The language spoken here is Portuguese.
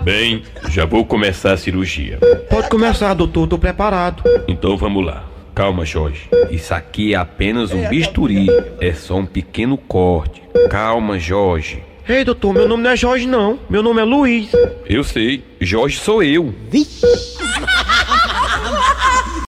Bem, já vou começar a cirurgia. Pode começar, doutor, tô preparado. Então vamos lá. Calma, Jorge. Isso aqui é apenas um bisturi. É só um pequeno corte. Calma, Jorge. Ei, doutor, meu nome não é Jorge, não. Meu nome é Luiz. Eu sei, Jorge sou eu. Vixe!